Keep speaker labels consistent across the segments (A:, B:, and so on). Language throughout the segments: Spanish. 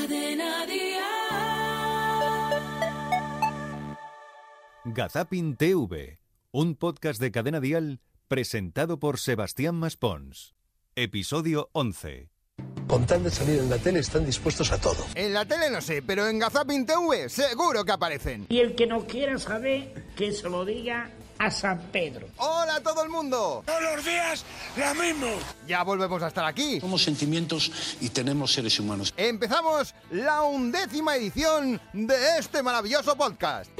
A: Cadena
B: Gazapin TV, un podcast de Cadena Dial presentado por Sebastián Maspons. Episodio 11.
C: Con tal de salir en la tele están dispuestos a todo.
D: En la tele no sé, pero en Gazapin TV seguro que aparecen.
E: Y el que no quiera saber, que se lo diga a San Pedro.
D: ¡Hola a todo el mundo!
F: Todos los días, la mismo.
D: Ya volvemos a estar aquí.
G: Somos sentimientos y tenemos seres humanos.
D: Empezamos la undécima edición de este maravilloso podcast.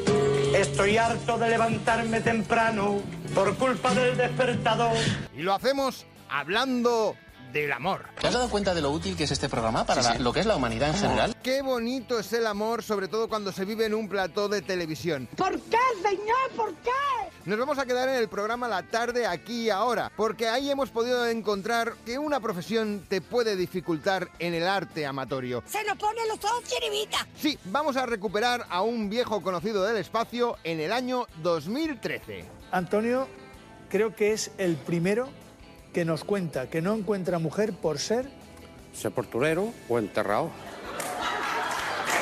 H: Estoy harto de levantarme temprano por culpa del despertador.
D: Y lo hacemos hablando del amor.
I: ¿Te has dado cuenta de lo útil que es este programa para la- lo que es la humanidad en general?
D: Qué bonito es el amor, sobre todo cuando se vive en un plató de televisión.
J: ¿Por qué, señor? ¿Por qué?
D: Nos vamos a quedar en el programa La tarde aquí y ahora, porque ahí hemos podido encontrar que una profesión te puede dificultar en el arte amatorio.
J: Se nos ponen los ojos chiribita.
D: Sí, vamos a recuperar a un viejo conocido del espacio en el año 2013.
K: Antonio creo que es el primero que nos cuenta que no encuentra mujer por ser...
L: sepulturero o enterrado.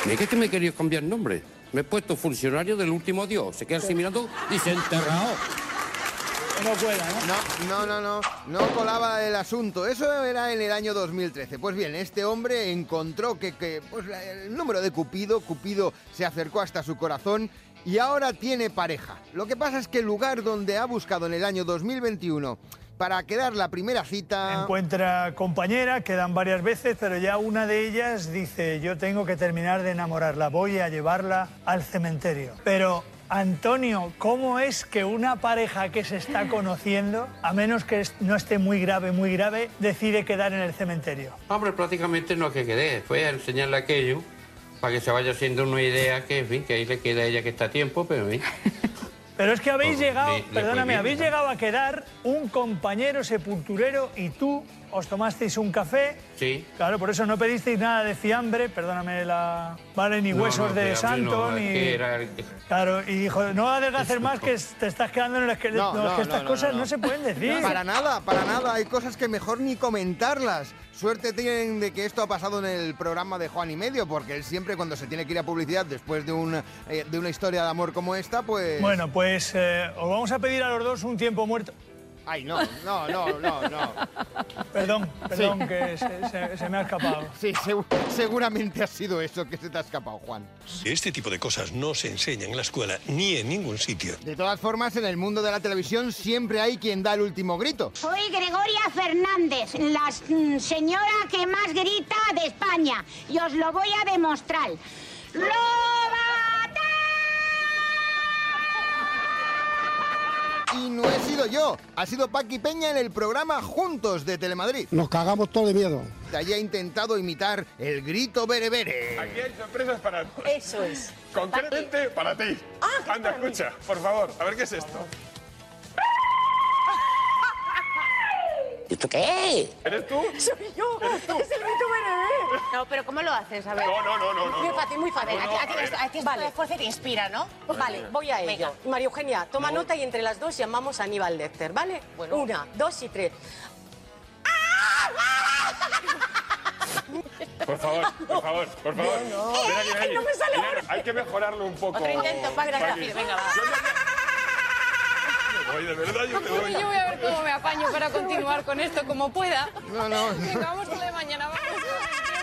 L: ¿De qué que me querías cambiar nombre? Me he puesto funcionario del último dios. Se queda así mirando, dice enterrado.
K: No cuela, ¿no?
D: No, no, no, no colaba el asunto. Eso era en el año 2013. Pues bien, este hombre encontró que, que, pues, la- el número de Cupido, Cupido se acercó hasta su corazón y ahora tiene pareja. Lo que pasa es que el lugar donde ha buscado en el año 2021 para quedar la primera cita...
K: Encuentra compañera, quedan varias veces, pero ya una de ellas dice, yo tengo que terminar de enamorarla, voy a llevarla al cementerio. Pero, Antonio, ¿cómo es que una pareja que se está conociendo, a menos que est- no esté muy grave, muy grave, decide quedar en el cementerio?
L: Hombre, prácticamente no es que quedé. Fue a enseñarle aquello para que se vaya haciendo una idea que, en fin, que ahí le queda a ella que está a tiempo, pero en fin.
K: Pero es que habéis
L: Todo.
K: llegado,
L: Le- le
K: perdóname,
L: prohibí,
K: habéis
L: ¿no?
K: llegado a quedar un compañero sepulturero y tú os tomasteis un café.
L: Sí.
K: Claro, por eso no pedisteis nada de fiambre, perdóname la. Vale, ni
L: No,
K: huesos
L: no,
K: de
L: pero, hombre,
K: santo,
L: no, es
K: ni.
L: que era-
K: Claro, y dijo, no adelgaces más que es- te estás quedando en el esqueleto.
D: No,
K: es
D: no,
K: que estas
D: no, no,
K: cosas
D: no,
K: no.
D: no.
K: se pueden decir.
D: Para nada, para nada. Hay cosas que mejor ni comentarlas. Suerte tienen de que esto ha pasado en el programa de Juan y Medio, porque él siempre cuando se tiene que ir a publicidad después de una, eh, de una historia de amor como esta, pues...
K: Bueno, pues eh, os vamos a pedir a los dos un tiempo muerto.
D: Ay, no, no, no, no, no.
K: Perdón, perdón,
D: Sí.
K: que se- se- se me ha escapado.
D: Sí, segu- seguramente ha sido eso que se te ha escapado, Juan.
M: Este tipo de cosas no se enseña en la escuela ni en ningún sitio.
D: De todas formas, en el mundo de la televisión siempre hay quien da el último grito.
J: Soy Gregoria Fernández, la mm, señora que más grita de España. Y os lo voy a demostrar. ¡Loba!
D: Y no he sido yo, ha sido Paqui Peña en el programa Juntos de Telemadrid.
N: Nos cagamos todo de miedo.
D: Allí ha intentado imitar el grito bere bere.
O: Aquí hay sorpresas para todos.
P: Eso es.
O: Concretamente para ti.
D: Ah,
O: Anda, escucha, por favor, a ver qué es esto.
Q: ¿Esto qué?
O: ¿Eres tú?
P: Soy yo. Es el grito Benedé. No, pero ¿cómo lo haces? A ver.
O: No, no, no, no, no,
P: Muy
O: no.
P: fácil, muy fácil.
O: No,
P: Aquí-
O: no,
P: aquí
O: a ver.
P: es- aquí es vale. fuerza y te inspira, ¿no? Vale, voy a ello.
R: Venga.
P: María Eugenia, toma
R: No.
P: nota y entre las dos llamamos a Aníbal Lecter, ¿vale? Una, dos y tres.
O: Por favor, por favor, por favor.
P: No, no.
O: Ven aquí, ven
P: Eh,
O: aquí.
P: no me sale
O: Mira, Hay que mejorarlo un poco.
P: Otro intento,
O: Paqui.
P: Pac, rápido, venga, va.
O: Me voy, de verdad, yo me voy.
S: Yo voy a ver cómo me apaño para continuar con esto como pueda.
D: No, no.
S: Venga, vamos con la de mañana, vamos.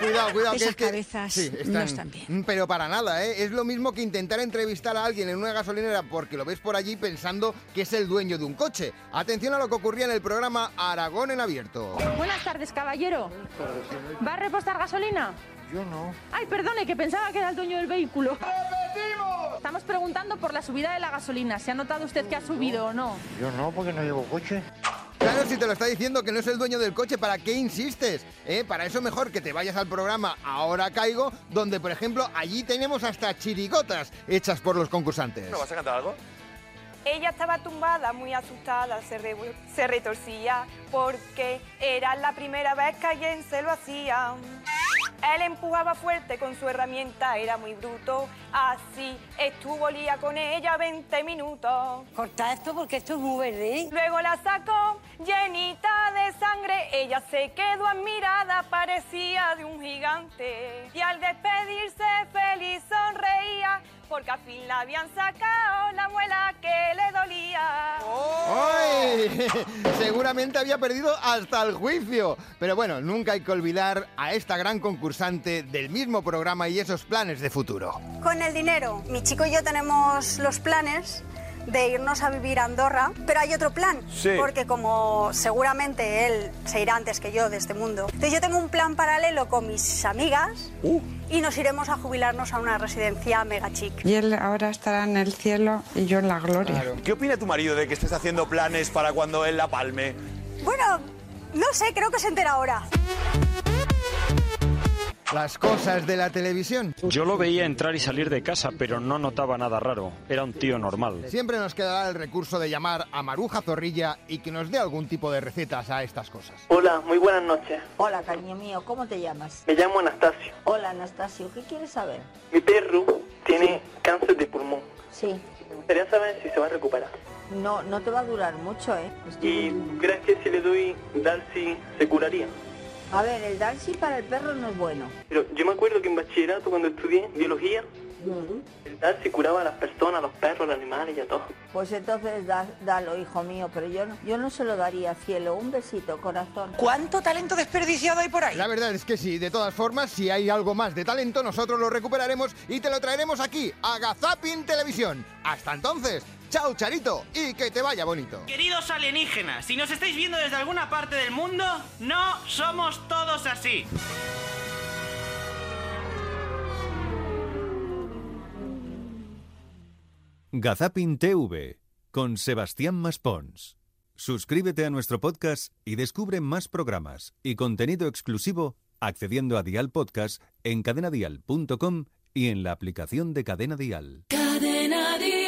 D: Cuidado, cuidado, que
S: Esas
D: es que-
S: cabezas
D: Sí,
S: no están
D: bien. Pero para nada, ¿eh? Es lo mismo que intentar entrevistar a alguien en una gasolinera porque lo ves por allí pensando que es el dueño de un coche. Atención a lo que ocurría en el programa Aragón en abierto.
T: Buenas tardes, caballero. ¿Va a repostar gasolina?
D: Yo no.
T: Ay, perdone, que pensaba que era el dueño del vehículo. Estamos preguntando por la subida de la gasolina. ¿Se ha notado usted que ha subido o no?
D: Yo no, porque no llevo coche. Claro, si te lo está diciendo que no es el dueño del coche, ¿para qué insistes? ¿Eh? Para eso mejor que te vayas al programa Ahora Caigo, donde, por ejemplo, allí tenemos hasta chirigotas hechas por los concursantes.
K: ¿No vas a cantar algo? Ella estaba tumbada, muy asustada, se, revu- se retorcía porque era la primera vez que alguien se lo hacía.
A: Él empujaba fuerte con su herramienta, era muy bruto. Así estuvo lía con ella 20 minutos.
Q: Corta esto porque esto es muy verde.
A: Luego la sacó llenita de sangre. Ella se quedó admirada, parecía de un gigante. Y al despedirse feliz sonreía porque al fin la habían sacado la muela que le dolía.
D: ¡Ay! Seguramente había perdido hasta el juicio. Pero bueno, nunca hay que olvidar a esta gran concursante del mismo programa y esos planes de futuro.
N: Con el dinero, mi chico y yo tenemos los planes de irnos a vivir a Andorra, pero hay otro plan,
R: Sí.
N: porque como seguramente él se irá antes que yo de este mundo, entonces yo tengo un plan paralelo con mis amigas y nos iremos a jubilarnos a una residencia mega chic.
U: Y él ahora estará en el cielo y yo en la gloria.
R: ¿Qué opina tu marido de que estés haciendo planes para cuando él la palme?
N: Bueno, no sé, creo que se entera ahora.
D: Las cosas de la televisión.
V: Yo lo veía entrar y salir de casa, pero no notaba nada raro. Era un tío normal.
D: Siempre nos quedará el recurso de llamar a Maruja Zorrilla y que nos dé algún tipo de recetas a estas cosas.
W: Hola, muy buenas noches.
X: Hola, cariño mío, ¿cómo te llamas?
W: Me llamo Anastasio.
X: Hola, Anastasio, ¿qué quieres saber?
W: Mi perro tiene cáncer de pulmón.
X: Sí,
W: Me gustaría saber si se va a recuperar.
X: no, no te va a durar mucho, ¿eh?
W: ¿Y crees que si le doy Dalsi se curaría?
X: A ver, el Dalsi para el perro no es bueno.
W: Pero yo me acuerdo que en bachillerato cuando estudié biología, el Dalsi curaba a las personas, a los perros, a los animales y a todos.
X: Pues entonces da- dalo, hijo mío, pero yo no, yo no se lo daría, cielo. Un besito, corazón.
D: ¿Cuánto talento desperdiciado hay por ahí? La verdad es que sí, de todas formas, si hay algo más de talento, nosotros lo recuperaremos y te lo traeremos aquí, a Gazapin Televisión. Hasta entonces, chao Charito y que te vaya bonito.
Y: Queridos alienígenas, si nos estáis viendo desde alguna parte del mundo, no somos todos así.
B: Gazapin TV con Sebastián Maspons. Suscríbete a nuestro podcast y descubre más programas y contenido exclusivo accediendo a Dial Podcast en cadenadial.com y en la aplicación de Cadena Dial.
Z: Cadena Dial.